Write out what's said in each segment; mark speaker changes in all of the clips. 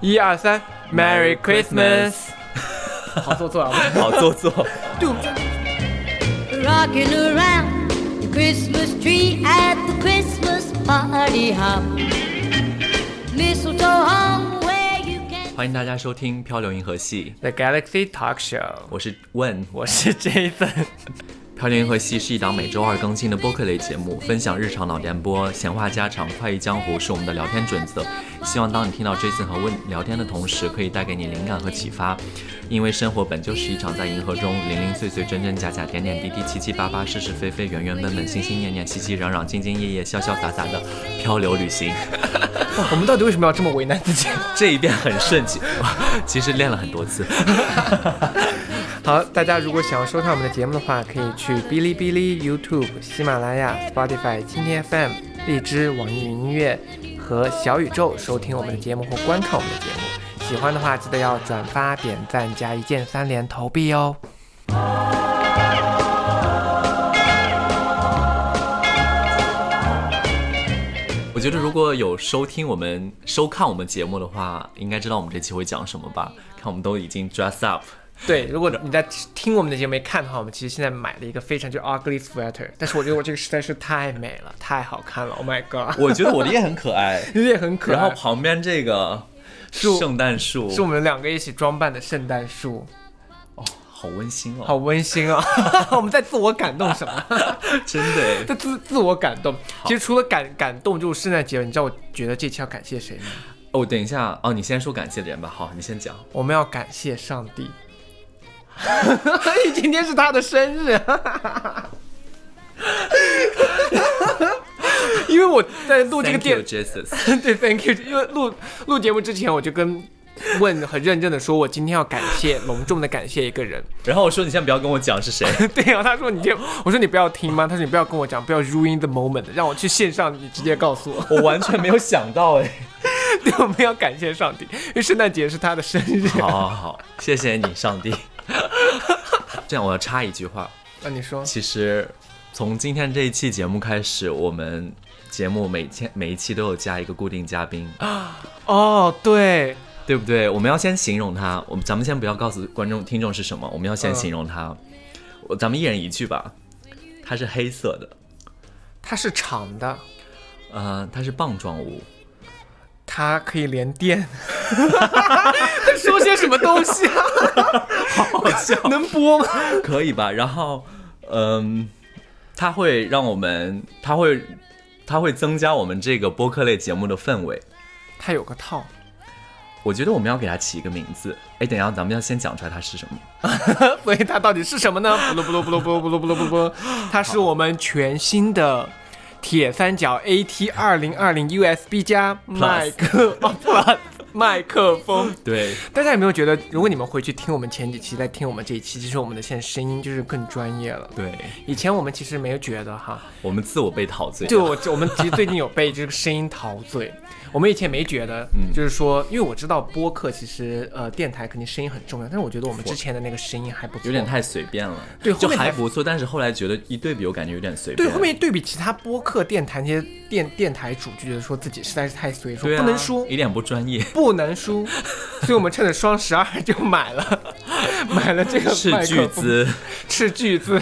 Speaker 1: 一二三，Merry Christmas！
Speaker 2: 好做作啊！
Speaker 3: 好做作。
Speaker 4: Rocking around the Christmas tree at the Christmas party hop. Mistletoe hung where you can.
Speaker 3: 欢迎大家收听《漂流银河系》，
Speaker 1: The Galaxy Talk Show，
Speaker 3: 我是问。
Speaker 1: 我是 Jason。
Speaker 3: 《漂流银河系》是一档每周二更新的播客类节目，分享日常脑电波、闲话家常、快意江湖是我们的聊天准则。希望当你听到 Jason 和问聊天的同时，可以带给你灵感和启发，因为生活本就是一场在银河中零零碎碎、真真假假、点点滴滴、七七八八、是是非非、原原本本、心心念念、熙熙攘攘、兢兢业业、潇潇洒洒的漂流旅行。
Speaker 2: 我们到底为什么要这么为难自己？
Speaker 3: 这一遍很顺，其其实练了很多次。
Speaker 2: 好，大家如果想要收看我们的节目的话，可以去哔哩哔哩、YouTube、喜马拉雅、Spotify、蜻蜓 FM、荔枝、网易云音乐和小宇宙收听我们的节目或观看我们的节目。喜欢的话，记得要转发、点赞加一键三连投币哦。
Speaker 3: 我觉得如果有收听我们、收看我们节目的话，应该知道我们这期会讲什么吧？看我们都已经 dress up，
Speaker 2: 对，如果你在听我们的节目没看的话，我们其实现在买了一个非常就 ugly sweater，但是我觉得我这个实在是太美了，太好看了，Oh my god，
Speaker 3: 我觉得我的也很 可爱。
Speaker 2: 有点很可爱。
Speaker 3: 然后旁边这个
Speaker 2: 是我
Speaker 3: 圣诞树
Speaker 2: 是我们两个一起装扮的圣诞树，
Speaker 3: 好温馨
Speaker 2: 好
Speaker 3: 哦，
Speaker 2: 温馨啊！ 我们在自我感动什么？
Speaker 3: 真的
Speaker 2: 在自自我感动。其实除了感感动，就是圣诞节，你知道我觉得这期要感谢谁吗？
Speaker 3: 哦。等一下哦，你先说感谢的人吧。好，你先讲。
Speaker 2: 我们要感谢上帝， 因为今天是他的生日。 因为我在录这个
Speaker 3: Thank
Speaker 2: 电
Speaker 3: you, Jesus。
Speaker 2: 对，Thank you。因为录录节目之前，我就跟问很认真的说，我今天要感谢，隆重的感谢一个人。
Speaker 3: 然后我说你先不要跟我讲是谁，
Speaker 2: 对呀、他说你这，我说你不要听吗？他说你不要跟我讲，不要 ruin the moment，让我去线上，你直接告诉我。
Speaker 3: 我完全没有想到哎。
Speaker 2: 对，我们要感谢上帝，因为圣诞节是他的生日。
Speaker 3: 好好好，谢谢你，上帝。这样我要插一句话，
Speaker 2: 那、你说，
Speaker 3: 其实从今天这一期节目开始，我们节目每天每一期都有加一个固定嘉宾，
Speaker 2: 哦，对，
Speaker 3: 对不对？我们要先形容他，我们咱们先不要告诉观众听众是什么，我们要先形容他。我咱们一人一句吧。他是黑色的，
Speaker 2: 它是长的，
Speaker 3: 呃，他是棒状物，
Speaker 2: 它可以连电。 他说些什么东西啊？
Speaker 3: 好笑，
Speaker 2: 能播吗？
Speaker 3: 可以吧？然后，嗯、他会让我们，他会，他会增加我们这个播客类节目的氛围。
Speaker 2: 它有个套，
Speaker 3: 我觉得我们要给它起一个名字。哎，等一下，咱们要先讲出来它是什么。
Speaker 2: 所以它到底是什么 呢？不噜不噜不噜不噜不噜不噜不噜不噜，它是我们全新的铁三角 AT 二零二零 USB 加麦克哦 Plus 麦克风。
Speaker 3: 对，
Speaker 2: 大家有没有觉得，如果你们回去听我们前几期，再听我们这一期，其实我们的现在声音就是更专业了。
Speaker 3: 对，
Speaker 2: 以前我们其实没有觉得哈，
Speaker 3: 我们自我被陶醉。
Speaker 2: 就我我们其实最近有被这个声音陶 醉，我们以前没觉得，
Speaker 3: 嗯
Speaker 2: 就是说，因为我知道播客其实呃电台肯定声音很重要，但是我觉得我们之前的那个声音还不错，
Speaker 3: 有点太随便了，
Speaker 2: 对后
Speaker 3: 就
Speaker 2: 面才
Speaker 3: 还不错，但是后来觉得一对啊比，我感觉有点随便。
Speaker 2: 对，后面一对比其他播客电台那些电电台主就觉得说自己实在是太衰，说
Speaker 3: 对啊
Speaker 2: 不能输，
Speaker 3: 一点不专业。
Speaker 2: 不能 输，所以我们趁着双十二就买了 买了这个
Speaker 3: 斥
Speaker 2: 麦克
Speaker 3: 巨
Speaker 2: 风，
Speaker 3: 资
Speaker 2: 斥巨 资，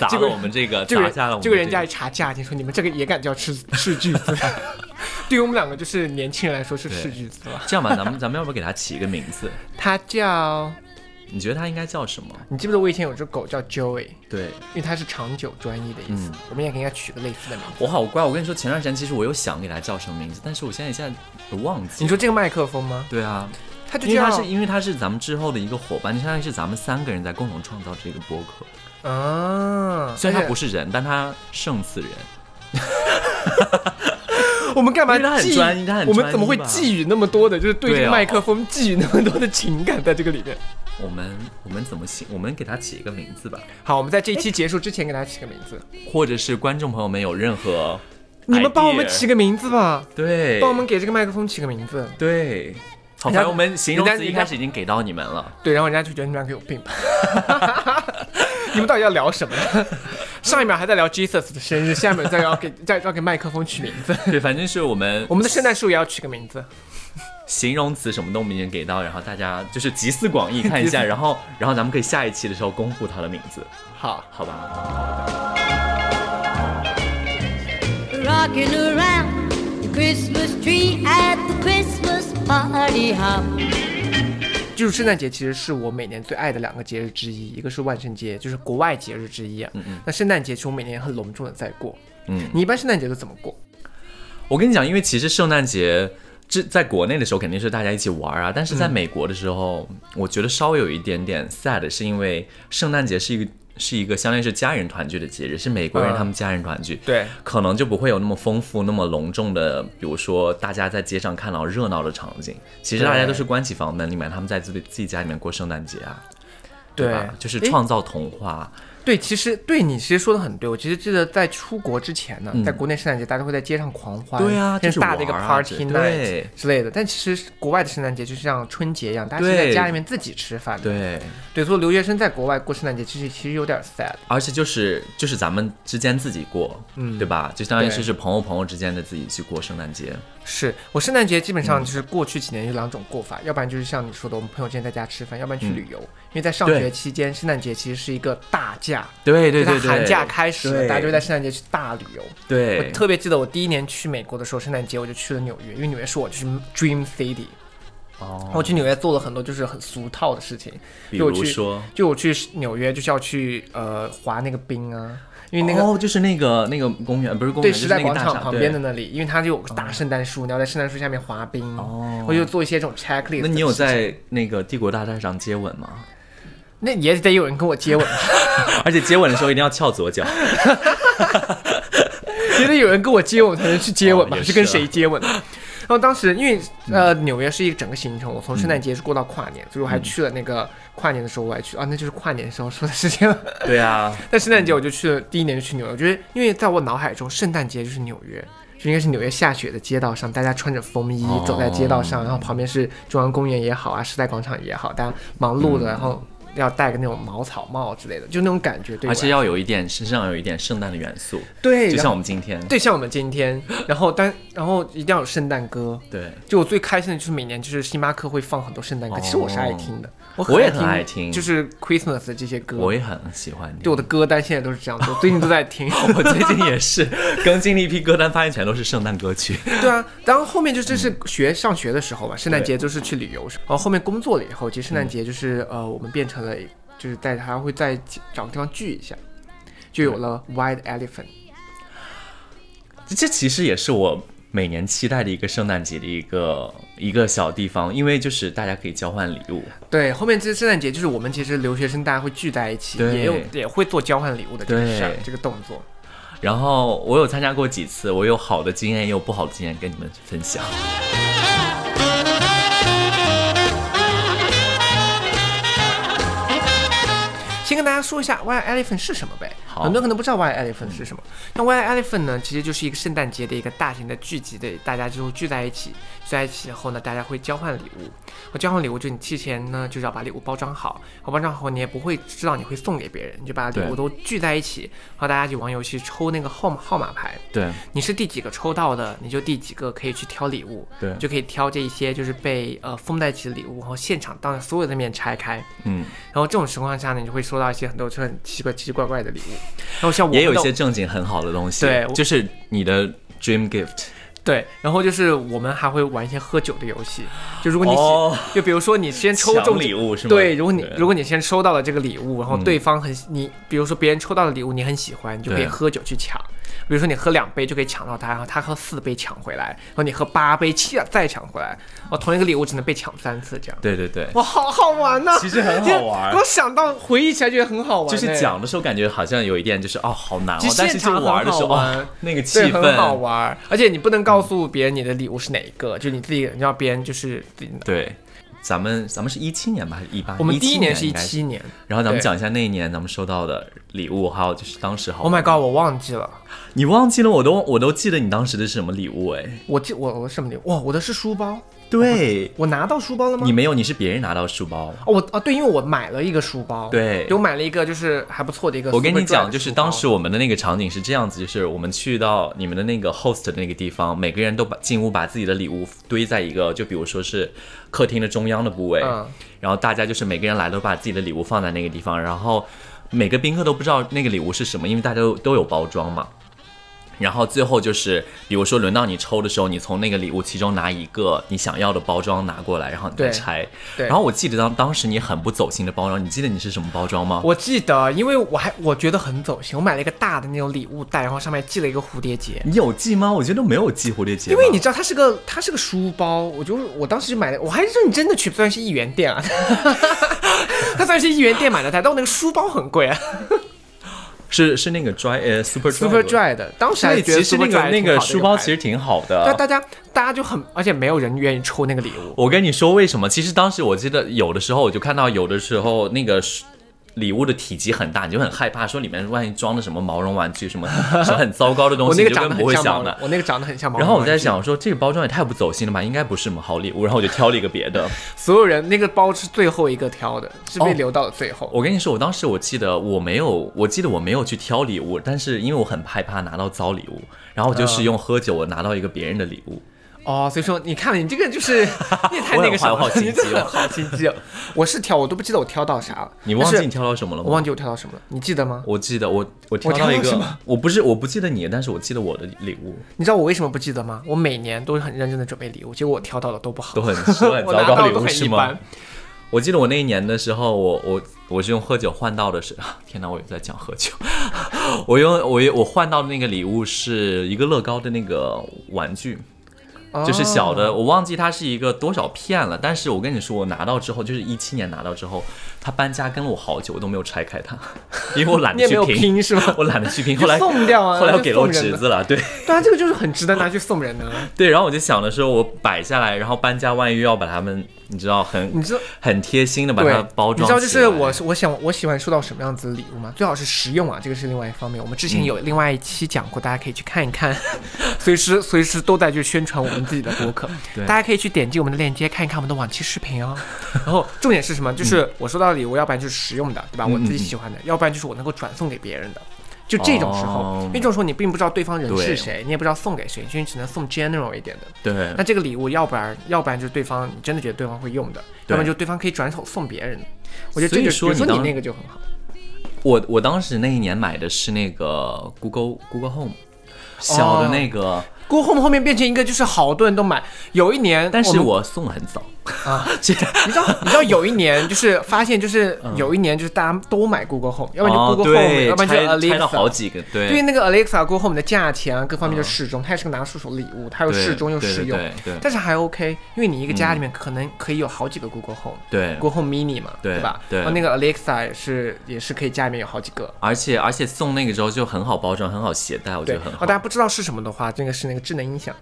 Speaker 3: 砸
Speaker 2: 这
Speaker 3: 了
Speaker 2: 个
Speaker 3: 我们这个，
Speaker 2: 这个
Speaker 3: 砸
Speaker 2: 人
Speaker 3: 下了我们
Speaker 2: 这个人家
Speaker 3: 家
Speaker 2: 一查价钱说你们这个也敢叫斥斥巨资， 对于我们两个就是年轻人来说是斥
Speaker 3: 对
Speaker 2: 巨资了。
Speaker 3: 这样吧，咱们咱们要不要给它起一个名字？
Speaker 2: 它叫
Speaker 3: 你觉得它应该叫什么？
Speaker 2: 你记不记得我以前有只狗叫 Joey，
Speaker 3: 对
Speaker 2: 因为它是长久专一的意
Speaker 3: 嗯
Speaker 2: 思，我们也给它取个类似的名字。
Speaker 3: 我好乖，我跟你说，前段时间其实我有想给它叫什么名字，但是我现在现在忘记。
Speaker 2: 你说这个麦克风吗？
Speaker 3: 对啊，
Speaker 2: 它就
Speaker 3: 因为
Speaker 2: 叫
Speaker 3: 它是因为它是咱们之后的一个伙伴，相当于是咱们三个人在共同创造这个播客。
Speaker 2: 啊，
Speaker 3: 虽然
Speaker 2: 而
Speaker 3: 他
Speaker 2: 且
Speaker 3: 不是人，但他胜似人。
Speaker 2: 我们干嘛
Speaker 3: 因为它很
Speaker 2: 寄
Speaker 3: 专一它很
Speaker 2: 我们
Speaker 3: 专
Speaker 2: 怎么
Speaker 3: 一
Speaker 2: 会
Speaker 3: 吧
Speaker 2: 寄予那么多的，就是对这
Speaker 3: 对
Speaker 2: 个
Speaker 3: 啊
Speaker 2: 麦克风寄予那么多的情感在这个里面？
Speaker 3: 我们我们怎么起？我们给他起一个名字吧，
Speaker 2: 好，我们在这一期结束之前给大家起个名字，
Speaker 3: 或者是观众朋友们有任何 idea，
Speaker 2: 你们帮我们起个名字吧，
Speaker 3: 对，
Speaker 2: 帮我们给这个麦克风起个名字。
Speaker 3: 对。好，
Speaker 2: 人
Speaker 3: 反
Speaker 2: 家
Speaker 3: 正我们形容
Speaker 2: 人
Speaker 3: 词
Speaker 2: 家
Speaker 3: 一开始已经给到你 们了。
Speaker 2: 对，然后人家就觉得你们两个有病 吧？你们到底要聊什么呢？上一秒还在聊 Jesus 的生日，下一秒再要给再要给麦克风取名字。
Speaker 3: 对，反正是我们
Speaker 2: 我们的圣诞树也要取个名字，
Speaker 3: 形容词什么都没人给到，然后大家就是集思 广益看一下，然后然后咱们可以下一期的时候公布它的名字，
Speaker 2: 好，
Speaker 3: 好吧？
Speaker 4: rocking around the Christmas tree at the Christmas party hop.
Speaker 2: 就是圣诞节其实是我每年最爱的两个节日之一，一个是万圣节，就是国外节日之一。嗯嗯。那圣诞节其实我每年很隆重的在过。
Speaker 3: 嗯，
Speaker 2: 你一般圣诞节都怎么过？
Speaker 3: 我跟你讲，因为其实圣诞节这在国内的时候肯定是大家一起玩啊，但是在美国的时候，我觉得稍微有一点点 sad，是因为圣诞节是一个是一个相当于是家人团聚的节日，是美国人
Speaker 2: 嗯
Speaker 3: 他们家人团聚。
Speaker 2: 对
Speaker 3: 可能就不会有那么丰富、那么隆重的，比如说大家在街上看到热闹的场景。其实大家
Speaker 2: 对
Speaker 3: 都是关起房门里面，他们在自己自己家里面过圣诞节啊，
Speaker 2: 对
Speaker 3: 吧？就是
Speaker 2: 诶
Speaker 3: 创造童话。
Speaker 2: 对，其实对你其实说的很对。我其实记得在出国之前呢，
Speaker 3: 嗯
Speaker 2: 在国内圣诞节大家会在街上狂欢，
Speaker 3: 对啊
Speaker 2: 像
Speaker 3: 就是
Speaker 2: 大的一个
Speaker 3: 玩啊
Speaker 2: party
Speaker 3: 对
Speaker 2: night 之类的。但其实国外的圣诞节就像春节一样，大家是
Speaker 3: 对
Speaker 2: 在家里面自己吃饭的。
Speaker 3: 对，
Speaker 2: 对，所以留学生在国外过圣诞节，其实其实有点 sad。
Speaker 3: 而且就是就是咱们之间自己过，嗯，对吧？就相当于是
Speaker 2: 对
Speaker 3: 是朋友朋友之间的自己去过圣诞节。
Speaker 2: 是我圣诞节基本
Speaker 3: 嗯
Speaker 2: 上就是过去几年有两种过法，要不然就是像你说的，我们朋友之间在家吃饭，要不然去旅游。因为在上
Speaker 3: 嗯对
Speaker 2: 学期间，圣诞节其实是一个大假，
Speaker 3: 对对
Speaker 2: 就
Speaker 3: 对
Speaker 2: 它
Speaker 3: 对，
Speaker 2: 寒假开始了，
Speaker 3: 对
Speaker 2: 大家就会在圣诞节去大旅游。我
Speaker 3: 对，
Speaker 2: 特别记得我第一年去美国的时候，圣诞节我就去了纽约，因为纽约是我就是 dream city。
Speaker 3: 哦，
Speaker 2: 我去纽约做了很多就是很俗套的事情，
Speaker 3: 比
Speaker 2: 就我
Speaker 3: 如
Speaker 2: 去
Speaker 3: 说。
Speaker 2: 就我去纽约就是要去呃滑那个冰啊，因为那个、
Speaker 3: 哦，就是那个那个公园，不是公
Speaker 2: 对
Speaker 3: 园，
Speaker 2: 时
Speaker 3: 就是
Speaker 2: 代
Speaker 3: 那个
Speaker 2: 广
Speaker 3: 大
Speaker 2: 场
Speaker 3: 厦
Speaker 2: 旁
Speaker 3: 对
Speaker 2: 边的那里，因为它就有个大圣诞树，你要在圣诞树下面滑冰，
Speaker 3: 哦
Speaker 2: 我就做一些这种 checklist。
Speaker 3: 那你有？在那个帝国大厦上接吻吗？
Speaker 2: 那也得有人跟我接吻，
Speaker 3: 而且接吻的时候一定要翘左 脚。
Speaker 2: 也得有人跟我接吻才能去接吻吧？
Speaker 3: 哦也
Speaker 2: 是跟
Speaker 3: 是啊嗯
Speaker 2: 谁接吻？ 然后当时因为呃纽约是一个整个行程，我从圣诞节是过到跨年，所以我
Speaker 3: 嗯
Speaker 2: 还去了那个跨年的时候我还去啊，那就是跨年的时候说的事情了。
Speaker 3: 对啊，
Speaker 2: 但圣诞节我就去了，第一年就去纽约，我觉得因为在我脑海中，圣诞节就是纽约，就应该是纽约下雪的街道上，大家穿着风衣
Speaker 3: 哦
Speaker 2: 走在街道上，然后旁边是中央公园也好啊，时代广场也好，大家忙碌的，
Speaker 3: 嗯
Speaker 2: 然后要戴个那种茅草帽之类的，就那种感觉，对吧？
Speaker 3: 而且要有一点身上有一点圣诞的元素，
Speaker 2: 对，
Speaker 3: 啊
Speaker 2: 然
Speaker 3: 就像我
Speaker 2: 后
Speaker 3: 们今天。
Speaker 2: 对，像我们今 天，然后但然后一定要有圣诞歌。
Speaker 3: 对，
Speaker 2: 就我最开心的就是每年就是星巴克会放很多圣诞歌，其实我是爱听的，我
Speaker 3: 哦我也
Speaker 2: 听
Speaker 3: 很爱听
Speaker 2: 就是 Christmas 的这些歌，
Speaker 3: 我也很喜欢你。
Speaker 2: 对我的歌单现在都是这样子，我最近都在听。
Speaker 3: 我最近也是 更新了一批歌单，发现全都是圣诞歌曲。
Speaker 2: 对啊，然后后面就这
Speaker 3: 嗯
Speaker 2: 是学上学的时候吧，圣诞节就是去旅游，然后后面工作了以后，其实圣
Speaker 3: 嗯
Speaker 2: 诞节就是、呃，我们变成了就是在还会再找个地方聚一下，就有了 White Elephant。
Speaker 3: 这其实也是我每年期待的一个圣诞节的一个一个小地方，因为就是大家可以交换礼物。
Speaker 2: 对，后面这圣诞节就是我们其实留学生大家会聚在一起，
Speaker 3: 对
Speaker 2: 也有也会做交换礼物的这个事儿
Speaker 3: 对
Speaker 2: 这个动作。
Speaker 3: 然后我有参加过几次，我有好的经验，也有不好的经验跟你们分享。
Speaker 2: 先跟大家说一下 White Elephant 是什么呗，
Speaker 3: 好
Speaker 2: 很多人可能不知道 White Elephant 是什么。那 White Elephant 呢，其实就是一个圣诞节的一个大型的聚集的，大家就聚在一起，聚在一起以后呢，大家会交换礼物。和交换礼物就你提前呢，就是要把礼物包装好，好包装好你也不会知道你会送给别人，你就把礼物
Speaker 3: 对
Speaker 2: 都聚在一起，然后大家就玩游戏抽那个号号码牌。
Speaker 3: 对，
Speaker 2: 你是第几个抽到的，你就第几个可以去挑礼物，
Speaker 3: 对
Speaker 2: 就可以挑这一些就是被呃封在一起的礼物，然后现场当着所有的面拆开，
Speaker 3: 嗯，
Speaker 2: 然后这种情况下呢，你就会收到一些很多就很奇怪、奇奇怪怪的礼物。然后像我
Speaker 3: 也有
Speaker 2: 们
Speaker 3: 一
Speaker 2: 的
Speaker 3: 些正经很好的东西，
Speaker 2: 对我
Speaker 3: 就是你的 dream gift。
Speaker 2: 对，然后就是我们还会玩一些喝酒的游戏。就如果你喜、
Speaker 3: 哦
Speaker 2: 就比如说你先抽中
Speaker 3: 抢礼物是吗
Speaker 2: 对，如果你
Speaker 3: 对嗯
Speaker 2: 如果你先收到了这个礼物，然后对方很、你，比如说别人抽到的礼物你很喜欢，你就可以
Speaker 3: 对
Speaker 2: 喝酒去抢。比如说你喝两杯就可以抢到他，然后他喝四杯抢回来，然后你喝八杯七再抢回来，哦，同一个礼物只能被抢三次这样。
Speaker 3: 对对对，
Speaker 2: 哇，好好玩呐、
Speaker 3: 其实很好玩
Speaker 2: 我想到回忆起来觉得很好玩、
Speaker 3: 就
Speaker 2: 欸。
Speaker 3: 是讲的时候感觉好像有一点就是哦好难哦
Speaker 2: 就，现
Speaker 3: 但是就
Speaker 2: 场
Speaker 3: 玩的时
Speaker 2: 很
Speaker 3: 候
Speaker 2: 好玩
Speaker 3: 哦那个气
Speaker 2: 对，很好
Speaker 3: 氛，
Speaker 2: 玩儿，而且你不能告诉别人你的礼物是哪一个，就你自己你要别人就是自己拿。
Speaker 3: 嗯对。咱们咱们是一七年吧，还是一八？
Speaker 2: 我们第一年
Speaker 3: 年
Speaker 2: 是
Speaker 3: 应
Speaker 2: 一
Speaker 3: 该
Speaker 2: 七，年
Speaker 3: 然后咱们
Speaker 2: 对
Speaker 3: 讲一下那一年咱们收到的礼物，还有就是当时好。
Speaker 2: ，Oh my god，我忘记了，
Speaker 3: 你忘记了？我都我都记得你当时的是什么礼物哎？
Speaker 2: 我记我我什么礼物？哇，我的是书包，
Speaker 3: 对，
Speaker 2: 我拿到书包了吗？
Speaker 3: 你没有，你是别人拿到书包。
Speaker 2: 哦，我啊，对，因为我买了一个书包，
Speaker 3: 对
Speaker 2: 我买了一个就是还不错的一个。
Speaker 3: 我跟你讲，就是当时我们的那个场景是这样子，就是我们去到你们的那个 host 的那个地方，每个人都把进屋把自己的礼物堆在一个，就比如说是客厅的中央的部位，
Speaker 2: 嗯
Speaker 3: 然后大家就是每个人来都把自己的礼物放在那个地方，然后每个宾客都不知道那个礼物是什么，因为大家都都有包装嘛。然后最后就是，比如说轮到你抽的时候，你从那个礼物其中拿一个你想要的包装拿过来，然后你再
Speaker 2: 对
Speaker 3: 拆。
Speaker 2: 对
Speaker 3: 然后我记得当当时你很不走心的包装，你记得你是什么包装吗？
Speaker 2: 我记得，因为我还我觉得很走心，我买了一个大的那种礼物袋，然后上面系了一个蝴蝶结。
Speaker 3: 你有记吗？我觉得没有记蝴蝶结
Speaker 2: 因
Speaker 3: 吧，
Speaker 2: 为你知道它是个它是个书包，我就我当时就买了，我还认真的去，虽然是一元店啊， 它虽然是一元店买的它，但我那个书包很贵啊
Speaker 3: 是是那个 dry 呃 super dry
Speaker 2: ，Super
Speaker 3: 吧
Speaker 2: Dry 的，当时还
Speaker 3: 对，
Speaker 2: 觉得
Speaker 3: 其实那
Speaker 2: Superdry
Speaker 3: 个那
Speaker 2: 挺好的
Speaker 3: 个
Speaker 2: 一
Speaker 3: 书包
Speaker 2: 牌
Speaker 3: 其实
Speaker 2: 子，
Speaker 3: 挺好
Speaker 2: 对
Speaker 3: 的。
Speaker 2: 大家大家就很，而且没有人愿意抽那个礼物，
Speaker 3: 我跟你说为什么？其实当时我记得有的时候我就看到有的时候那个书礼物的体积很大，你就很害怕，说里面万一装了什么毛绒玩具什么 什么很糟糕的东
Speaker 2: 我
Speaker 3: 西，
Speaker 2: 那
Speaker 3: 你
Speaker 2: 个
Speaker 3: 就
Speaker 2: 长
Speaker 3: 更
Speaker 2: 得很
Speaker 3: 不会
Speaker 2: 像
Speaker 3: 想
Speaker 2: 毛绒
Speaker 3: 了，。
Speaker 2: 我那个长得很像毛绒。
Speaker 3: 然后我在，想说这个包装也太不走心了吧，应该不是什么好礼物。然后我就挑了一个别的。
Speaker 2: 所有人那个包是最后一个挑的，是被
Speaker 3: 哦
Speaker 2: 留到了最后。
Speaker 3: 我跟你说，我当时我记得我没有，我记得我没有去挑礼物，但是因为我很害怕拿到糟礼物，然后我就是用喝酒我拿到一个别人的礼物。
Speaker 2: 哦，所以说你看了，你这个就是 你也太
Speaker 3: 我
Speaker 2: 那
Speaker 3: 很
Speaker 2: 个什么
Speaker 3: 怀
Speaker 2: 了，
Speaker 3: 抱心
Speaker 2: 你真
Speaker 3: 机
Speaker 2: 的
Speaker 3: 了
Speaker 2: 好 心机了。我是挑，我都不记得我挑到啥了。
Speaker 3: 你忘
Speaker 2: 但
Speaker 3: 记
Speaker 2: 是
Speaker 3: 你挑到什么了
Speaker 2: 我
Speaker 3: 吗？
Speaker 2: 忘记我挑到什么了，你记得吗？
Speaker 3: 我记得我我挑
Speaker 2: 挑
Speaker 3: 到
Speaker 2: 到
Speaker 3: 一
Speaker 2: 什
Speaker 3: 个
Speaker 2: 么，
Speaker 3: 我不是我不记得你，但是我记得我的礼物
Speaker 2: 你知道我为什么不记得吗？我每年都是很认真的准备礼物，结果我挑到的都不好，
Speaker 3: 都很 都很
Speaker 2: 我
Speaker 3: 糟
Speaker 2: 拿
Speaker 3: 糕
Speaker 2: 到
Speaker 3: 的
Speaker 2: 的
Speaker 3: 礼
Speaker 2: 都
Speaker 3: 物
Speaker 2: 很
Speaker 3: 是
Speaker 2: 一
Speaker 3: 吗
Speaker 2: 般？
Speaker 3: 我记得我那一年的时候，我我我是用喝酒换到的是， 天哪，我又在讲喝酒。 我用我我换到的那个礼物是一个乐高的那个玩具，
Speaker 2: 哦
Speaker 3: 就是小的，我忘记它是一个多少片了。但是我跟你说，我拿到之后，就是一七年拿到之后，它搬家跟了我好久，我都没有拆开 它，因为我懒
Speaker 2: 你
Speaker 3: 得
Speaker 2: 也
Speaker 3: 去
Speaker 2: 没有
Speaker 3: 拼，
Speaker 2: 拼是吧
Speaker 3: ？我懒得去拼。
Speaker 2: 就
Speaker 3: 后来
Speaker 2: 送掉啊
Speaker 3: 后来我
Speaker 2: 就
Speaker 3: 给了我
Speaker 2: 送人
Speaker 3: 侄
Speaker 2: 了
Speaker 3: 子 了，对。
Speaker 2: 对啊，这个就是很值得拿去送人的、啊。
Speaker 3: 对，然后我就想的时候，我摆下来，然后搬家，万一要把它们，你知道，很
Speaker 2: 你知道
Speaker 3: 很贴心的把
Speaker 2: 对
Speaker 3: 它包装起来。
Speaker 2: 你知道就是我是我想我喜欢收到什么样子的礼物吗？最好是实用啊，这个是另外一方面。我们之
Speaker 3: 嗯
Speaker 2: 前有另外一期讲过，大家可以去看一看， 随时随时都在去宣传我们自己的播客
Speaker 3: 对，
Speaker 2: 大家可以去点击我们的链接看一看我们的往期视频哦。然后重点是什么？
Speaker 3: 嗯
Speaker 2: 就是我收到的礼物，要不然就是实用的，对吧？我自己喜欢的，要不然就是我能够转送给别人的。就这种时候，
Speaker 3: 哦
Speaker 2: 因为这种时候你并不知道对方人
Speaker 3: 对
Speaker 2: 是谁，你也不知道送给谁，所以你只能送 general 一点的。
Speaker 3: 对
Speaker 2: 那这个礼物，要不然要不然就是对方你真的觉得对方会用的，
Speaker 3: 对
Speaker 2: 要不然就对方可以转手送别人。我觉得
Speaker 3: 所
Speaker 2: 这
Speaker 3: 以
Speaker 2: 就
Speaker 3: 说
Speaker 2: 比如
Speaker 3: 你
Speaker 2: 说
Speaker 3: 当
Speaker 2: 你那个就很好。
Speaker 3: 我我当时那一年买的是那个 Google Google Home 小的那个，
Speaker 2: Go Home 后面变成一个就是好多人都买。有一年，
Speaker 3: 但是
Speaker 2: 们
Speaker 3: 我送的很早
Speaker 2: 啊，
Speaker 3: 这
Speaker 2: 你知道你知道有一年就是发现就是有一年就是大家都买 Google Home，要不然就
Speaker 3: 嗯哦
Speaker 2: Google Home，
Speaker 3: 对
Speaker 2: 要不然就
Speaker 3: 拆拆
Speaker 2: Alexa。
Speaker 3: 到好几个，对嗯
Speaker 2: 对那个 Alexa Go Home 的价钱啊，各方面就适中，它也是个拿得出手的礼物，它又
Speaker 3: 对
Speaker 2: 适中又
Speaker 3: 对
Speaker 2: 实
Speaker 3: 对
Speaker 2: 用
Speaker 3: 对对，嗯
Speaker 2: 但是还 OK，因为你一个家里面可能可以有好几个 Google Home。
Speaker 3: 对
Speaker 2: Go Home Mini 嘛，
Speaker 3: 对
Speaker 2: 吧？
Speaker 3: 对
Speaker 2: 然后那个 Alexa 也是也是可以家里面有好几个，
Speaker 3: 而且而且送那个之后就很好包装，很好携带，我觉
Speaker 2: 对。
Speaker 3: 得很
Speaker 2: 哦，
Speaker 3: 好
Speaker 2: 大。家不知道是什么的话，这个是那个智能音响，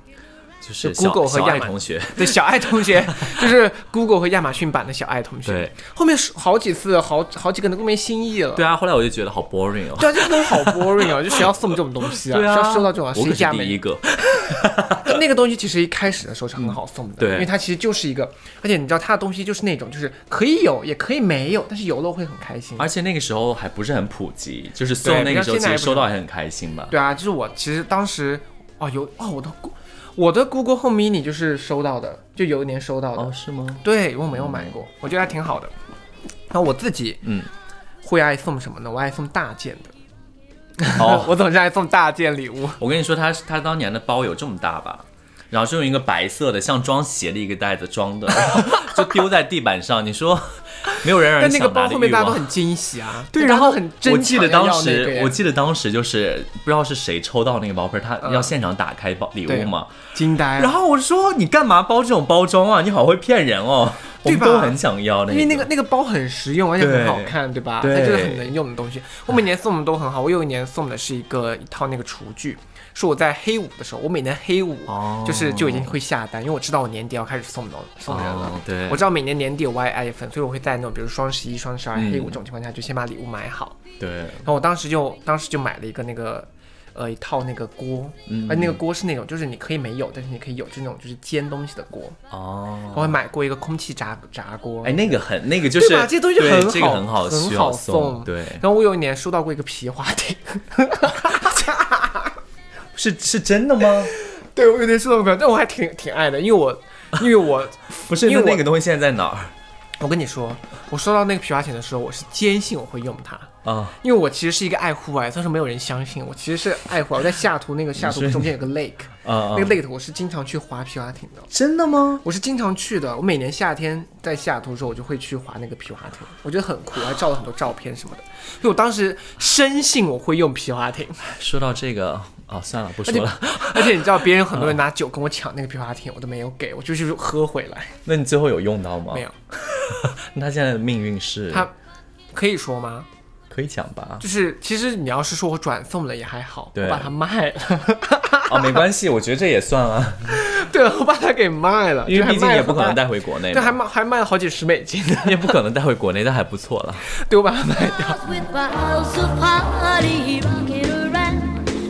Speaker 3: 就是
Speaker 2: 就
Speaker 3: 小
Speaker 2: Google 和
Speaker 3: 小
Speaker 2: 亚
Speaker 3: 爱
Speaker 2: 马
Speaker 3: 同学，
Speaker 2: 对，小爱同 学就是 Google 和亚马逊版的小爱同学。
Speaker 3: 对，
Speaker 2: 后面是好几次，好好几个人都没新意了。
Speaker 3: 对啊，后来我就觉得好 boring 哦。
Speaker 2: 对啊，这东西好 boring 啊！就谁要送这种东西啊？
Speaker 3: 对啊，
Speaker 2: 谁要收到这种啊？
Speaker 3: 我
Speaker 2: 谁
Speaker 3: 可
Speaker 2: 家
Speaker 3: 是
Speaker 2: 没
Speaker 3: 第一个。
Speaker 2: 那个东西其实一开始的时候是很好送的，
Speaker 3: 对
Speaker 2: 因为它其实就是一个，而且你知道它的东西就是那种，就是可以有，也可以没有，但是有了我会很开心。
Speaker 3: 而且那个时候还不是很普及，就是送
Speaker 2: 对
Speaker 3: 那个时候
Speaker 2: 比
Speaker 3: 其
Speaker 2: 较现在
Speaker 3: 实
Speaker 2: 还
Speaker 3: 收到也很开心吧。
Speaker 2: 对啊，就是我其实当时哦有哦我的我的 Google Home Mini 就是收到的，就有一年收到的，
Speaker 3: 哦，是吗？
Speaker 2: 对我没有买过，我觉得还挺好的。然后我自己
Speaker 3: 嗯，
Speaker 2: 会爱送什么呢？我爱送大件的，
Speaker 3: 哦，
Speaker 2: 我总是爱送大件礼 物。
Speaker 3: 我跟你说，他他当年的包有这么大吧？然后是用一个白色的像装鞋的一个袋子装的，然后就丢在地板上。你说没有人让
Speaker 2: 但
Speaker 3: 人
Speaker 2: 那个
Speaker 3: 想拿
Speaker 2: 包
Speaker 3: 的
Speaker 2: 后面
Speaker 3: 欲
Speaker 2: 大家都
Speaker 3: 望。
Speaker 2: 很惊喜啊，
Speaker 3: 对，
Speaker 2: 大家
Speaker 3: 然后
Speaker 2: 都很
Speaker 3: 我
Speaker 2: 真
Speaker 3: 记得当时，我
Speaker 2: 我
Speaker 3: 记得当时就是不知道是谁抽到那个包，不是他要现场打开包礼
Speaker 2: 嗯对嗯
Speaker 3: 物嘛。
Speaker 2: 惊呆了。
Speaker 3: 然后我说你干嘛包这种包装啊？你好会骗人哦！我
Speaker 2: 对
Speaker 3: 们
Speaker 2: 吧
Speaker 3: 都很想要那
Speaker 2: 因为那个那个包很实用，而且
Speaker 3: 对
Speaker 2: 很好看，对吧？它
Speaker 3: 对
Speaker 2: 就是很能用的东西。我每年送的都很好，我有一年送的是一个一套那个厨具，是我在黑五的时候，我每年黑五
Speaker 3: 哦
Speaker 2: 就是就已经会下单，因为我知道我年底要开始送东送人了
Speaker 3: 哦。对
Speaker 2: 我知道每年年底有 YI 粉，所以我会在那种比如双十一、双十二、
Speaker 3: 嗯
Speaker 2: 黑五这种情况下，就先把礼物买好。
Speaker 3: 对
Speaker 2: 然后我当时就当时就买了一个那个。呃一套那个锅，
Speaker 3: 嗯
Speaker 2: 而那个锅是那种就是你可以没有，但是你可以有，就是那种就是煎东西的锅。我
Speaker 3: 哦，
Speaker 2: 还买过一个空气炸炸锅，
Speaker 3: 哎，那个很那个就是
Speaker 2: 对吧？这些东西
Speaker 3: 对
Speaker 2: 很好，
Speaker 3: 这个很好
Speaker 2: 很
Speaker 3: 需
Speaker 2: 好
Speaker 3: 要送，对，
Speaker 2: 然后我有一年收到过一个皮划艇，
Speaker 3: 是是真的吗？
Speaker 2: 对我有点收到过皮划艇，但我还挺挺爱的，因为我 因为我
Speaker 3: 不是，
Speaker 2: 因为我
Speaker 3: 那那个东西现在在哪儿
Speaker 2: 我跟你说，我收到那个皮划艇的时候，我是坚信我会用它。
Speaker 3: 啊？
Speaker 2: 因为我其实是一个爱户外，但是没有人相信我。其实是爱户外，我在下图那个下图
Speaker 3: 你是
Speaker 2: 中间有个 lake，
Speaker 3: 啊
Speaker 2: 那个 lake 我是经常去滑皮划艇的，
Speaker 3: 真的吗？
Speaker 2: 我是经常去的。我每年夏天在下图的时候，我就会去滑那个皮划艇，我觉得很酷，我还照了很多照片什么的。因为我当时深信我会用皮划艇，
Speaker 3: 说到这个，哦，算了，不说了。
Speaker 2: 而且你知道别人很多人拿酒跟我抢那个皮划艇，我都没有给，我就是喝回来，
Speaker 3: 那你最后有用到吗？
Speaker 2: 没有。。
Speaker 3: 那他现在的命运是？
Speaker 2: 他可以说吗？
Speaker 3: 可以讲吧？
Speaker 2: 就是其实你要是说我转送了也还好，
Speaker 3: 对
Speaker 2: 我把它卖了，
Speaker 3: 哦，没关系，我觉得这也算啊，
Speaker 2: 对，我把它给卖了，
Speaker 3: 因
Speaker 2: 就
Speaker 3: 为
Speaker 2: 还
Speaker 3: 毕竟
Speaker 2: 卖
Speaker 3: 也
Speaker 2: 了
Speaker 3: 不可
Speaker 2: 卖
Speaker 3: 能带回国内
Speaker 2: 这还
Speaker 3: 嘛，
Speaker 2: 卖还卖了好几十美金呢，
Speaker 3: 也不可能带回国内，但还不错了。
Speaker 2: 对我把它卖掉。
Speaker 4: with boughs of holly rocking around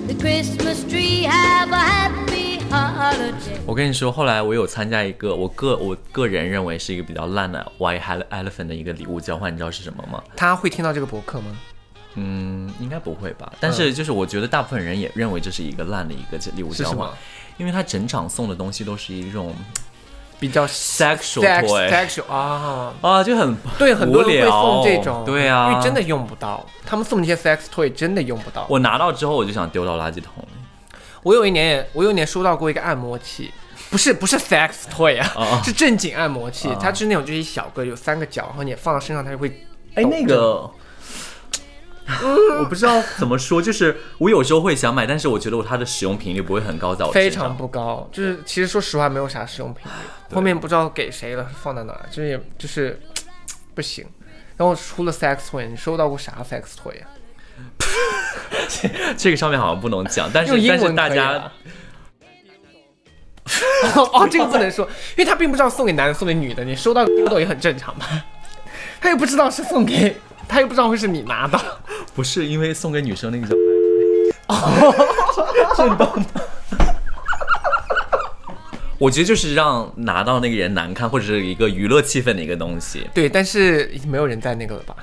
Speaker 4: the Christmas tree. Have a happy holiday.
Speaker 3: 我跟你说，后来我有参加一个，我个我个人认为是一个比较烂的 White Elephant 的一个礼物交换，你知道是什么吗？
Speaker 2: 他会听到这个博客吗？
Speaker 3: 嗯，应该不会吧？但是就是我觉得大部分人也认为这是一个烂的一个礼物
Speaker 2: 嗯是
Speaker 3: 交
Speaker 2: 什
Speaker 3: 换
Speaker 2: 么，
Speaker 3: 因为他整场送的东西都是一种
Speaker 2: 比较
Speaker 3: sexual
Speaker 2: sex
Speaker 3: toy
Speaker 2: sexual 啊，
Speaker 3: 啊，就很
Speaker 2: 对，很多
Speaker 3: 无
Speaker 2: 人会送这
Speaker 3: 聊
Speaker 2: 种，
Speaker 3: 对啊，
Speaker 2: 因为真的用不到，他们送那些 sex toy 真的用不到。我
Speaker 3: 我拿到之后我就想丢到垃圾桶里。
Speaker 2: 我有一年也，我有一年收到过一个按摩器。不是不是 sex toy
Speaker 3: 哦
Speaker 2: 啊，是正经按摩器，它是那种就是一小个有三个角，然后你放到身上它就会
Speaker 3: 哎，那个。 我不知道怎么说，就是我有时候会想买，但是我觉得我它的使用频率不会很高，在我
Speaker 2: 非
Speaker 3: 身上
Speaker 2: 常不
Speaker 3: 哦
Speaker 2: 高，就是其实说实话没有啥使用频
Speaker 3: 哎
Speaker 2: 率，后面不知道给谁了，放在哪儿，就是也就是不行。然后除了 sex toy，你收到过啥 sex toy 啊？
Speaker 3: 这个上面好像不能讲，但
Speaker 2: 用
Speaker 3: 是
Speaker 2: 英
Speaker 3: 但是
Speaker 2: 文
Speaker 3: 大
Speaker 2: 可以
Speaker 3: 家
Speaker 2: 啊。 哦，这个不能说，因为他并不知道送给男的送给女的，你收到丢到也很正常吧？ 他又不知道是送给，他又不知道会是你拿到。
Speaker 3: 不是因为送给女生那个叫，这你帮我拿 我觉得就是让拿到那个人难看，或者是一个娱乐气氛的一个东西。
Speaker 2: 对，但是已经没有人在那个了吧？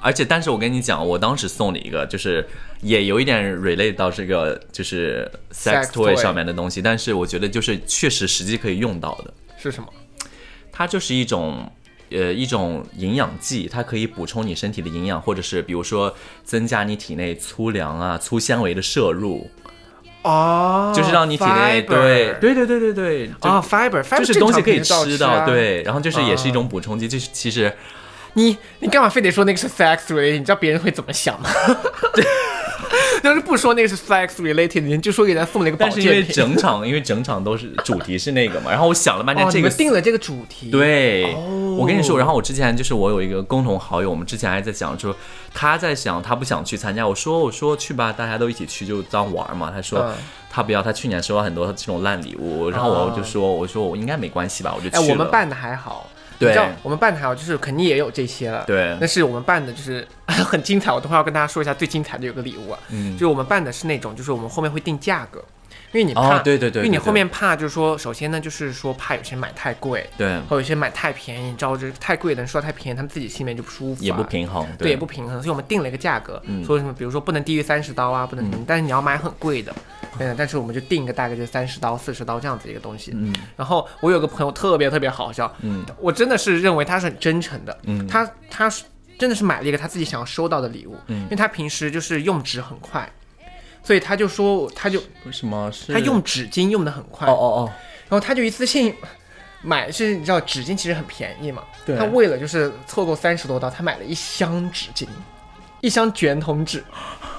Speaker 3: 而且，但是我跟你讲，我当时送了一个，就是也有一点 relate 到这个就是
Speaker 2: Sex
Speaker 3: sex toy
Speaker 2: toy
Speaker 3: 上面的东西，但是我觉得就是确实实际可以用到的。
Speaker 2: 是什么？
Speaker 3: 它就是一种。呃，一种营养剂，它可以补充你身体的营养，或者是比如说增加你体内粗粮啊、粗纤维的摄入，
Speaker 2: 哦，
Speaker 3: 就是让你体内
Speaker 2: fiber
Speaker 3: 对对对对对对，就
Speaker 2: 啊，fiber，fiber
Speaker 3: 就是
Speaker 2: 正
Speaker 3: 东西
Speaker 2: 常
Speaker 3: 可以
Speaker 2: 平时照
Speaker 3: 吃
Speaker 2: 吃
Speaker 3: 到，
Speaker 2: 啊
Speaker 3: 对，然后就是也是一种补充剂，就是其实
Speaker 2: 你你干嘛非得说那个是 sex related？你知道别人会怎么想吗？ 要是不说那个是 sex related，你就说给人家送了一个保
Speaker 3: 但是因为
Speaker 2: 健品。
Speaker 3: 整场因为整场都是主题是那个嘛，然后我想了半天
Speaker 2: 哦，
Speaker 3: 这
Speaker 2: 你
Speaker 3: 个
Speaker 2: 们定了这个主题，，
Speaker 3: 对，
Speaker 2: 哦
Speaker 3: 我跟你说，然后我之前就是我有一个共同好友，我们之前还在讲说他在想他不想去参加，我说我说去吧，大家都一起去就当玩嘛。他说
Speaker 2: 嗯
Speaker 3: 他不要，他去年收到很多这种烂礼物，然后我就说我说我应该没关系吧，我就去
Speaker 2: 哦哎，
Speaker 3: 了。
Speaker 2: 我们办的还好。
Speaker 3: 对
Speaker 2: 你知道我们办的还好，就是肯定也有这些了。
Speaker 3: 对
Speaker 2: 但是我们办的就是 很精彩，我等会儿要跟大家说一下最精彩的有个礼物啊，
Speaker 3: 嗯
Speaker 2: 就是我们办的是那种，就是我们后面会定价格，因为你
Speaker 3: 哦
Speaker 2: 怕，
Speaker 3: 对对对
Speaker 2: 因
Speaker 3: 对
Speaker 2: 为你
Speaker 3: 对
Speaker 2: 后面怕就是说，首先呢就是说怕有些人买太贵，
Speaker 3: 对
Speaker 2: 或者有些人买太便宜，你知道，就是太贵的人说太便宜，他们自己心里面就不舒服、啊，
Speaker 3: 也不平衡，
Speaker 2: 对，也不平衡，所以我们定了一个价格，
Speaker 3: 嗯
Speaker 2: 说什么比如说不能低于三十刀啊，不能什么，但是你要买很贵的，嗯，但是我们就定一个大概就三十刀、四十刀这样子一个东西。
Speaker 3: 嗯
Speaker 2: 然后我有个朋友特别特别好笑，
Speaker 3: 嗯
Speaker 2: 我真的是认为他是很真诚的，
Speaker 3: 嗯
Speaker 2: 他他是真的是买了一个他自己想要收到的礼物，
Speaker 3: 嗯
Speaker 2: 因为他平时就是用纸很快，所以他就说他就
Speaker 3: 为什么是
Speaker 2: 他用纸巾用的很快，
Speaker 3: 哦哦
Speaker 2: 然后他就一次性买，是你知道纸巾其实很便宜嘛，
Speaker 3: 对
Speaker 2: 他为了就是凑够三十多刀，他买了一箱纸巾，一箱卷筒 纸，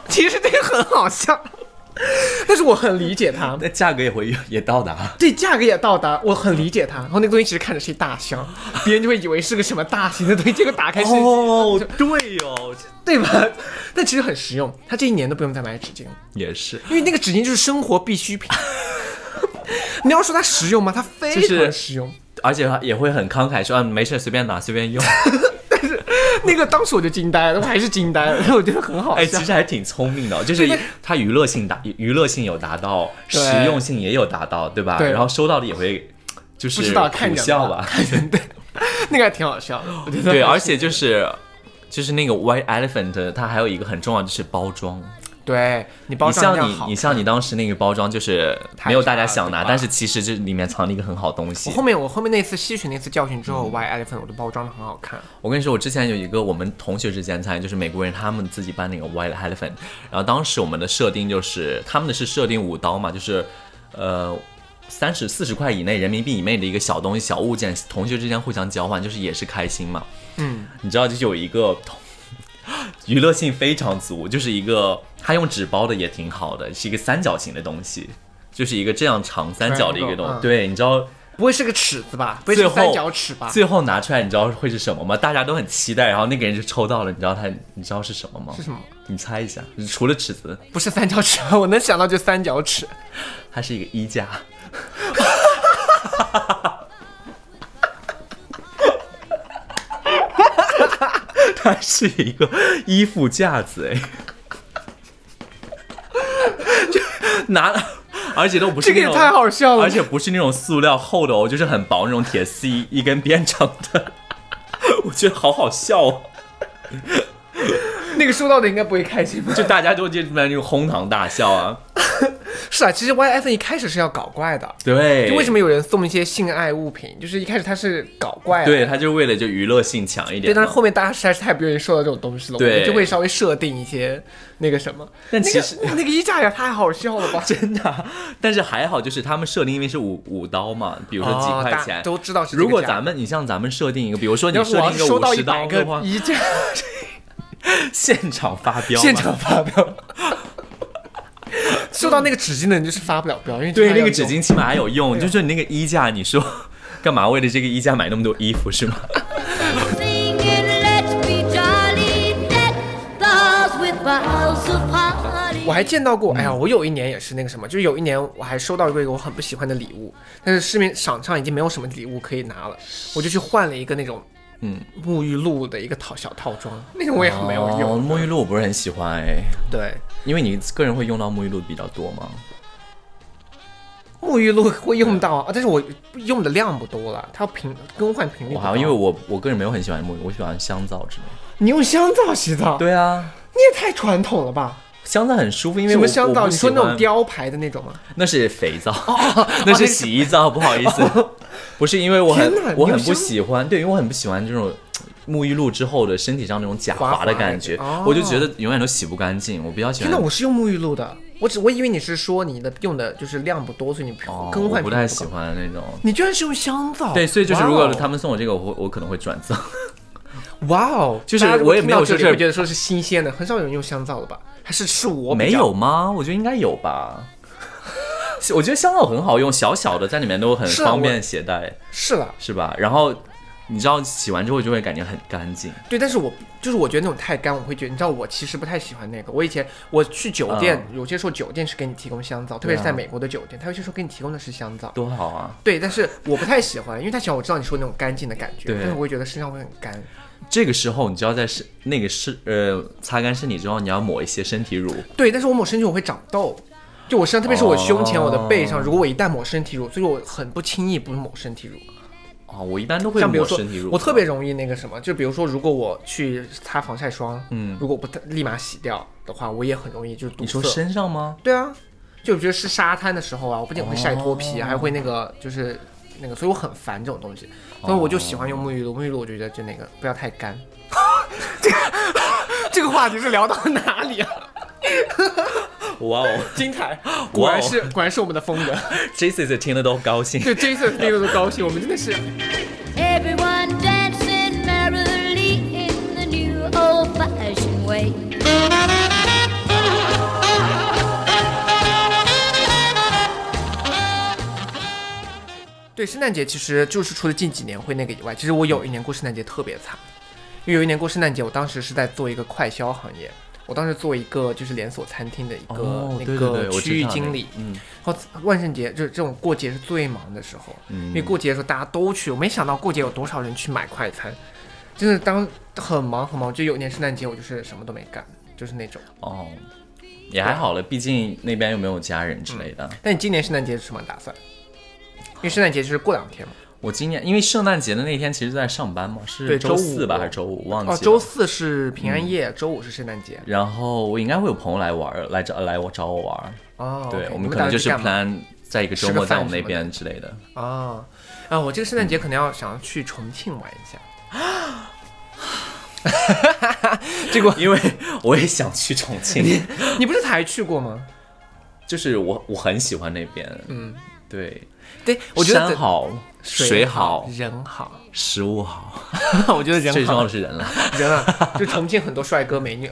Speaker 2: 其实这个很好笑，但是我很理解他
Speaker 3: 哦，。那价格也会也到达，
Speaker 2: 对价格也到达，我很理解他。然后那个东西其实看着是一大 箱，别人就会以为是个什么大型的东西，结果打 开是，
Speaker 3: 哦，对哦，
Speaker 2: 对吧？但其实很实用，他这一年都不用再买纸巾了。
Speaker 3: 也是。
Speaker 2: 因为那个纸巾就是生活必需 品。你要说它实用吗？它非
Speaker 3: 就是
Speaker 2: 常实用。
Speaker 3: 嗯而且也会很慷慨说，啊，没事，随便拿，随便用。
Speaker 2: 是 那个当时我就惊呆了，我还是惊呆了， 我觉得很好
Speaker 3: 哎，
Speaker 2: 笑
Speaker 3: 其。实还挺聪明的，哦就是它娱乐性达娱乐性有达到，实
Speaker 2: 对
Speaker 3: 用性也有达到，对吧？
Speaker 2: 对
Speaker 3: 然后收到的也会就是
Speaker 2: 不知道看
Speaker 3: 苦
Speaker 2: 人
Speaker 3: 笑
Speaker 2: 吧
Speaker 3: 吧，
Speaker 2: 那个还挺好笑的，我觉得
Speaker 3: 对，
Speaker 2: 还
Speaker 3: 而且就是就是那个 White Elephant，它还有一个很重要就是包装。
Speaker 2: 对你包
Speaker 3: 你
Speaker 2: 装要
Speaker 3: 像你
Speaker 2: 好
Speaker 3: 你。像你当时那个包装就是
Speaker 2: 太
Speaker 3: 没有大
Speaker 2: 差
Speaker 3: 家
Speaker 2: 了
Speaker 3: 想拿，
Speaker 2: 对吧
Speaker 3: 但是其实这里面藏了一个很好东西
Speaker 2: 我。后面我后面那次吸取那次教训之
Speaker 3: 嗯
Speaker 2: 后，Y Elephant 我的包装的很好看，
Speaker 3: 我跟你说，我之前有一个我们同学之间参与，就是美国人他们自己办那个 White Elephant，然后当时我们的设定就是他们的是设定五刀嘛，就是呃。三十四十块以内人民币以内的一个小东西、小物件，同学之间互相交换，就是也是开心嘛。
Speaker 2: 嗯，
Speaker 3: 你知道，就是有一个同娱乐性非常足，就是一个他用纸包的也挺好的，是一个三角形的东西，就是一个这样长三角的一个东西。
Speaker 2: Triangle，嗯
Speaker 3: 对，你知道
Speaker 2: 不会是个尺子吧？不会是
Speaker 3: 最
Speaker 2: 个
Speaker 3: 后
Speaker 2: 三角尺吧？
Speaker 3: 最后拿出来，你知道会是什么吗？大家都很期待，然后那个人就抽到了，你知道他，你知道是什么吗？
Speaker 2: 是什么？
Speaker 3: 你猜一下，除了尺子，
Speaker 2: 不是三角尺， 我能想到就三角尺。
Speaker 3: 它是一个衣架。 它是一个衣服架子，哎， 就拿，而且都不是
Speaker 2: 这个
Speaker 3: 那
Speaker 2: 也
Speaker 3: 种
Speaker 2: 太好笑了
Speaker 3: 而且不是那种塑料厚的哦，就是很薄那种铁丝一一根边长的， 我觉得好好笑哦。
Speaker 2: 那个收到的应该不会开心吧？
Speaker 3: 就大家都就在那种哄堂大笑啊。
Speaker 2: 是啊，其实 Y Elephant 一开始是要搞怪的，
Speaker 3: 对，
Speaker 2: 就为什么有人送一些性爱物品，就是一开始他是搞怪的，
Speaker 3: 对，他就为了就娱乐性强一点嘛。
Speaker 2: 对，但是后面大家实在是太不愿意受到这种东西了，我
Speaker 3: 对
Speaker 2: 们就会稍微设定一些那个什么。
Speaker 3: 但
Speaker 2: 那个
Speaker 3: 其实
Speaker 2: 哇那个衣架也太好笑了吧！
Speaker 3: 真的啊，但是还好，就是他们设定因为是五五刀嘛，比如说几
Speaker 2: 哦
Speaker 3: 块
Speaker 2: 大
Speaker 3: 钱，
Speaker 2: 都知道是这个
Speaker 3: 如果
Speaker 2: 价
Speaker 3: 咱们你像咱们设定一个，比如 说你
Speaker 2: 要是
Speaker 3: 设
Speaker 2: 我要
Speaker 3: 定一
Speaker 2: 是收
Speaker 3: 五
Speaker 2: 到一
Speaker 3: 十刀
Speaker 2: 百
Speaker 3: 的
Speaker 2: 个
Speaker 3: 话，
Speaker 2: 衣架，
Speaker 3: 现场发飙嘛，
Speaker 2: 现场发飙。 收到那个纸巾的人就是发不了飙，因为
Speaker 3: 对
Speaker 2: 他要
Speaker 3: 那个纸
Speaker 2: 用
Speaker 3: 巾起码还有用，就说你那个衣架，你说 干嘛为了这个衣架买那么多衣服是吗？
Speaker 4: Sing and let's be jolly. Deck the halls with boughs of holly.
Speaker 2: 我还见到过，哎
Speaker 3: 嗯
Speaker 2: 呀，我有一年也是那个什么，就是有一年我还收到过一个我很不喜欢的礼物，但是市面场上已经没有什么礼物可以拿了，我就去换了一个那种，
Speaker 3: 嗯，
Speaker 2: 沐浴露的一个套小套装，那个我也很没有用。
Speaker 3: 哦沐浴露我不是很喜欢哎，
Speaker 2: 对，
Speaker 3: 因为你个人会用到沐浴露比较多吗？
Speaker 2: 沐浴露会用到啊，但是我用的量不多了，它频更换频率不
Speaker 3: 我
Speaker 2: 哦
Speaker 3: 好
Speaker 2: 高。
Speaker 3: 像因为我我个人没有很喜欢沐浴，我喜欢香皂之类的。
Speaker 2: 你用香皂洗澡，
Speaker 3: 对啊，
Speaker 2: 你也太传统了吧？
Speaker 3: 香皂很舒服，因为
Speaker 2: 什
Speaker 3: 我
Speaker 2: 么香皂？
Speaker 3: 我不
Speaker 2: 你
Speaker 3: 喜
Speaker 2: 说
Speaker 3: 欢
Speaker 2: 那种雕哦牌的那种吗？啊
Speaker 3: 那是肥皂， 那是洗衣皂，不好意思，不是因为我很
Speaker 2: 哦天哪
Speaker 3: 我
Speaker 2: 你有
Speaker 3: 很不
Speaker 2: 香
Speaker 3: 喜欢，对，因为我很不喜欢这种沐浴露之后的身体上那种假
Speaker 2: 滑
Speaker 3: 滑的
Speaker 2: 滑
Speaker 3: 感
Speaker 2: 的
Speaker 3: 觉，
Speaker 2: 哦
Speaker 3: 我就觉得永远都洗不干净，我比较喜
Speaker 2: 天
Speaker 3: 欢
Speaker 2: 呐，。我是用沐浴露的，我只我以为你是说你的用的就是量不多，所以你
Speaker 3: 哦
Speaker 2: 更换
Speaker 3: 我
Speaker 2: 频
Speaker 3: 不
Speaker 2: 率
Speaker 3: 太
Speaker 2: 高
Speaker 3: 喜。欢那种。
Speaker 2: 你居然是用香皂？
Speaker 3: 对，所以就是如
Speaker 2: 哇
Speaker 3: 果
Speaker 2: 哦
Speaker 3: 他们送我这个，我会我可能会转赠。
Speaker 2: 哇哦，
Speaker 3: 就是
Speaker 2: 大家如
Speaker 3: 我
Speaker 2: 果
Speaker 3: 也
Speaker 2: 听
Speaker 3: 没有
Speaker 2: 到这
Speaker 3: 说
Speaker 2: 里
Speaker 3: 是
Speaker 2: 会觉得说是新鲜的，很少有人用香皂了吧？还是是我比
Speaker 3: 没
Speaker 2: 较
Speaker 3: 有吗？我觉得应该有吧。 我觉得香皂很好用，小小的在里面都很
Speaker 2: 是啊
Speaker 3: 方
Speaker 2: 我
Speaker 3: 便携带，
Speaker 2: 是了，
Speaker 3: 是吧？然后你知道洗完之后就会感觉很干净。
Speaker 2: 对，但是我就是我觉得那种太干，我会觉得，你知道我其实不太喜欢那个。我以前我去酒店，
Speaker 3: 嗯
Speaker 2: 有些时候酒店是给你提供香皂，特别是
Speaker 3: 啊
Speaker 2: 在美国的酒店，他有些时候给你提供的是香皂。
Speaker 3: 多好啊！
Speaker 2: 对，但是我不太喜欢，因为他喜欢我知道你说的那种干净的感觉，
Speaker 3: 对
Speaker 2: 但是我会觉得身上会很干。
Speaker 3: 这个时候，你就要在身那个身呃擦干身体之后，你要抹一些身体乳。
Speaker 2: 对，但是我抹身体乳会长痘，就我身上，特别
Speaker 3: 哦
Speaker 2: 是我胸前、我的背上，如果我一旦抹身体乳，所以我很不轻易不抹身体乳。
Speaker 3: 哦，我一般都会
Speaker 2: 像比如
Speaker 3: 抹
Speaker 2: 说
Speaker 3: 身体乳，。
Speaker 2: 我特别容易那个什么，就比如说，如果我去擦防晒霜，
Speaker 3: 嗯
Speaker 2: 如果不立马洗掉的话，我也很容易就堵
Speaker 3: 你说
Speaker 2: 塞。
Speaker 3: 身上吗？
Speaker 2: 对啊，就我觉得是沙滩的时候啊，我不仅会晒脱皮，还会那个就是那个，所以我很烦这种东西，所以我就喜欢用沐浴露。沐浴露我就觉得就那个不要太干。 这个这个话题是聊到哪里啊？
Speaker 3: 哇哦
Speaker 2: 精彩，
Speaker 3: 哇
Speaker 2: 果然
Speaker 3: 哦
Speaker 2: 是果然是我们的风格。
Speaker 3: ，Jason 听了都高兴。
Speaker 2: 对 Jason 那个都高兴，我们真的是
Speaker 4: Everyone dancing merrily in the new old fashioned way.
Speaker 2: 对圣诞节其实就是除了近几年会那个以外，其实我有一年过圣诞节特别惨，因为有一年过圣诞节，我当时是在做一个快销行业，我当时做一个就是连锁餐厅的一个、
Speaker 3: 哦，对
Speaker 2: 那
Speaker 3: 对对，
Speaker 2: 个
Speaker 3: 我知
Speaker 2: 区域
Speaker 3: 道那
Speaker 2: 经
Speaker 3: 个
Speaker 2: 理。
Speaker 3: 嗯，
Speaker 2: 然后万圣节就是这种过节是最忙的时候，
Speaker 3: 嗯
Speaker 2: 因为过节的时候大家都去，我没想到过节有多少人去买快餐，真的当很忙很忙，就有一年圣诞节我就是什么都没干，就是那种。
Speaker 3: 哦，也还好了，毕竟那边又没有家人之类的。
Speaker 2: 但你今年圣诞节是什么打算？因为圣诞节就是过两天嘛。
Speaker 3: 我今年因为圣诞节的那天其实在上班嘛，是
Speaker 2: 对
Speaker 3: 周
Speaker 2: 周
Speaker 3: 四吧
Speaker 2: 五
Speaker 3: 还是周五忘记了。
Speaker 2: 哦，周四是平安夜，周五是圣诞节。
Speaker 3: 然后我应该会有朋友来玩儿，来找来我找我玩儿。
Speaker 2: 哦，
Speaker 3: 对
Speaker 2: OK，
Speaker 3: 我
Speaker 2: 你
Speaker 3: 们可
Speaker 2: 打算
Speaker 3: 能就
Speaker 2: 去
Speaker 3: 是
Speaker 2: 干嘛
Speaker 3: plan 在一个
Speaker 2: 吃
Speaker 3: 周
Speaker 2: 个
Speaker 3: 末在
Speaker 2: 饭
Speaker 3: 我们那
Speaker 2: 什么的
Speaker 3: 边 之类的。
Speaker 2: 啊啊！我这个圣诞节可能要想要去重庆玩一下，
Speaker 3: 这个，因为 我也想去重庆，
Speaker 2: 你不是才去过吗？
Speaker 3: 就是我我很喜欢那边。嗯，对，
Speaker 2: 对，我觉得
Speaker 3: 山好，水好，
Speaker 2: 人好，
Speaker 3: 食物好，
Speaker 2: 我觉得
Speaker 3: 最
Speaker 2: 人
Speaker 3: 重要
Speaker 2: 好
Speaker 3: 的是人了。
Speaker 2: 人啊，就重庆很多帅哥美女，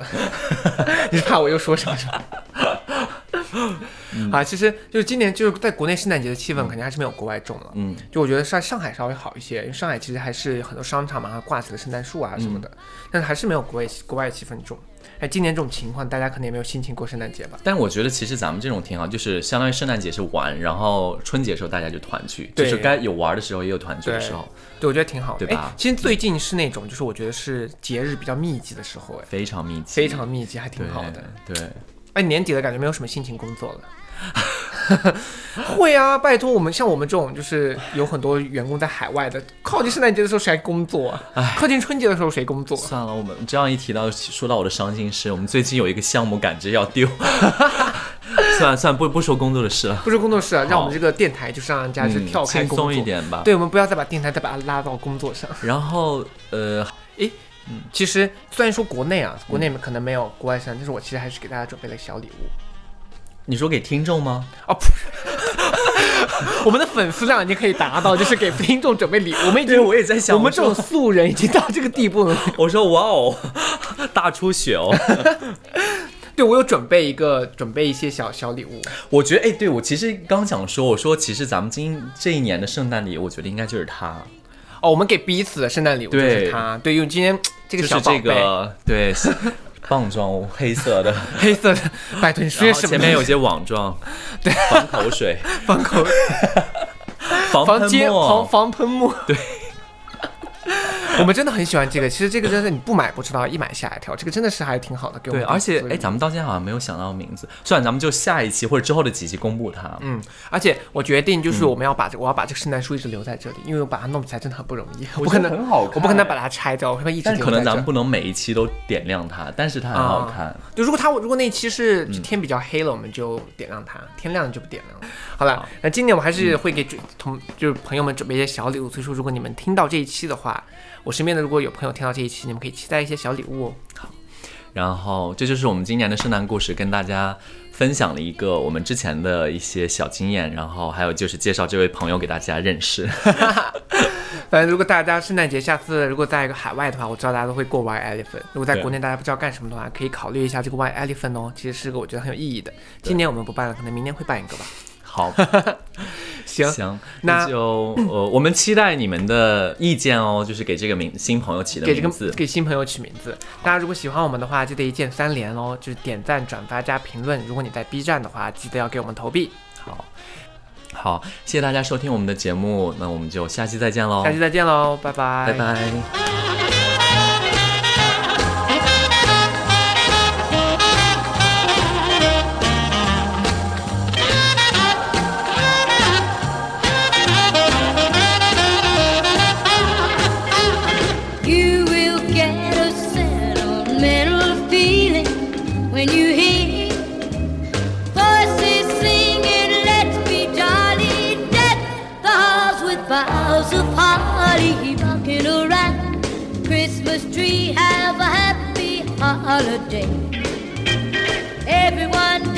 Speaker 2: 你是怕我又说什么 什么？
Speaker 3: 嗯
Speaker 2: 啊，其实就是今年就是在国内圣诞节的气氛肯定还是没有国外重了。
Speaker 3: 嗯，
Speaker 2: 就我觉得上上海稍微好一些，因为上海其实还是很多商场马上挂起了圣诞树啊什
Speaker 3: 嗯
Speaker 2: 么的，但是还是没有国外国外气氛重。哎，今年这种情况，大家可能也没有心情过圣诞节吧？
Speaker 3: 但我觉得其实咱们这种挺好，就是相当于圣诞节是玩，然后春节的时候大家就团聚，就
Speaker 2: 对
Speaker 3: 是该有玩的时候也有团聚的时候，
Speaker 2: 对，我觉得挺好的，
Speaker 3: 对吧
Speaker 2: 哎其实最近是那种，就是我觉得是节日比较密集的时候，哎，
Speaker 3: 非常密集，
Speaker 2: 非常密集，还挺
Speaker 3: 嗯对
Speaker 2: 好的。。
Speaker 3: 对，
Speaker 2: 哎，年底了，感觉没有什么心情工作了。 会啊，拜托我们像我们这种就是有很多员工在海外的，靠近圣诞节的时候谁还工作啊？靠近春节的时候谁工作？
Speaker 3: 算了，我们这样一提到说到我的伤心事，我们最近有一个项目感觉要丢， 算了算了，不不说工作的事了，
Speaker 2: 不是工作室啊，让我
Speaker 3: 好
Speaker 2: 们这个电台就是让人家是
Speaker 3: 嗯
Speaker 2: 跳开
Speaker 3: 轻
Speaker 2: 工作、
Speaker 3: 松一点啊吧。
Speaker 2: 对，我们不要再把电台再把它拉到工作上。
Speaker 3: 然后呃，
Speaker 2: 其实虽然说国内啊，国内可能没有国外圣诞，但是我其实还是给大家准备了小礼物。
Speaker 3: 你说给听众吗？
Speaker 2: 哦，不是 我们的粉丝量已经可以达到，就是给听众准备礼物。我们已经，
Speaker 3: 对我也在想
Speaker 2: 我们
Speaker 3: 我
Speaker 2: 这
Speaker 3: 说
Speaker 2: 种素人已经到这个地步了。
Speaker 3: 我说哇哦， 大出血哦。
Speaker 2: 对我有准备一个，准备一些小小礼物。
Speaker 3: 我觉得哎，对我其实刚想说，我说其实咱们今这一年的圣诞礼，我觉得应该就是它，
Speaker 2: 哦，我们给彼此的圣诞礼物就
Speaker 3: 对
Speaker 2: 是它。对，因为今天这
Speaker 3: 就
Speaker 2: 个
Speaker 3: 是
Speaker 2: 小宝
Speaker 3: 这
Speaker 2: 贝，
Speaker 3: 个对棒状黑 色的，
Speaker 2: 黑色 的，拜托你说
Speaker 3: 然
Speaker 2: 些
Speaker 3: 后
Speaker 2: 什么？
Speaker 3: 前面有些网状，对，防口水、
Speaker 2: 防 口
Speaker 3: 防
Speaker 2: 防
Speaker 3: 喷
Speaker 2: 接
Speaker 3: 墨
Speaker 2: 防防喷墨。对。 我们真的很喜欢这个，其实这个真的你不买不知道，一买吓一跳。这个真的是还挺好的，给我
Speaker 3: 对，
Speaker 2: 们
Speaker 3: 而且
Speaker 2: 做礼
Speaker 3: 哎，
Speaker 2: 物
Speaker 3: 咱们到现在好像没有想到名字，算了，咱们就下一期或者之后的几期公布它。
Speaker 2: 嗯，而且我决定就是
Speaker 3: 嗯
Speaker 2: 我们要把这、我要把这个圣诞树一直留在这里，因为我把它弄起来真的很不容易，我不可能
Speaker 3: 很好看
Speaker 2: 我不可能把它拆掉，我会一直
Speaker 3: 但
Speaker 2: 留在
Speaker 3: 是可
Speaker 2: 这
Speaker 3: 能咱们不能每一期都点亮它，但是它很好看。
Speaker 2: 啊就如果它如果那期是
Speaker 3: 嗯
Speaker 2: 天比较黑了，我们就点亮它；天亮了就不点亮了。好了，那今年我还是
Speaker 3: 嗯
Speaker 2: 会给准同就是朋友们准备一些小礼物，所以说如果你们听到这一期的话，我身边的如果有朋友听到这一期，你们可以期待一些小礼物哦。
Speaker 3: 然后这就是我们今年的圣诞故事，跟大家分享了一个我们之前的一些小经验，然后还有就是介绍这位朋友给大家认识。
Speaker 2: 反正如果大家圣诞节下次如果在一个海外的话，我知道大家都会过 Y Elephant。如果在
Speaker 3: 对
Speaker 2: 国内大家不知道干什么的话，可以考虑一下这个 Y Elephant 哦，其实是个我觉得很有意义的。今年我们不办了，可能明年会办一个吧。
Speaker 3: 好，
Speaker 2: 行，
Speaker 3: 行，
Speaker 2: 那
Speaker 3: 就呃，我们期待你们的意见哦，就是给这个名新朋友起的
Speaker 2: 给这
Speaker 3: 名
Speaker 2: 个
Speaker 3: 字。
Speaker 2: 给新朋友取名字。大家如果喜欢我们的话，记得一键三连哦，就是点赞、转发加评论。如果你在 B 站的话，记得要给我们投币。
Speaker 3: 好，好，谢谢大家收听我们的节目，那我们就下期再见喽，
Speaker 2: 下期再见喽，拜
Speaker 3: 拜拜。
Speaker 4: You will get a sentimental feeling when you hear voices singing, Let's be jolly, deck the halls with boughs of holly, rocking around Christmas tree. Have a happy holiday. Everyone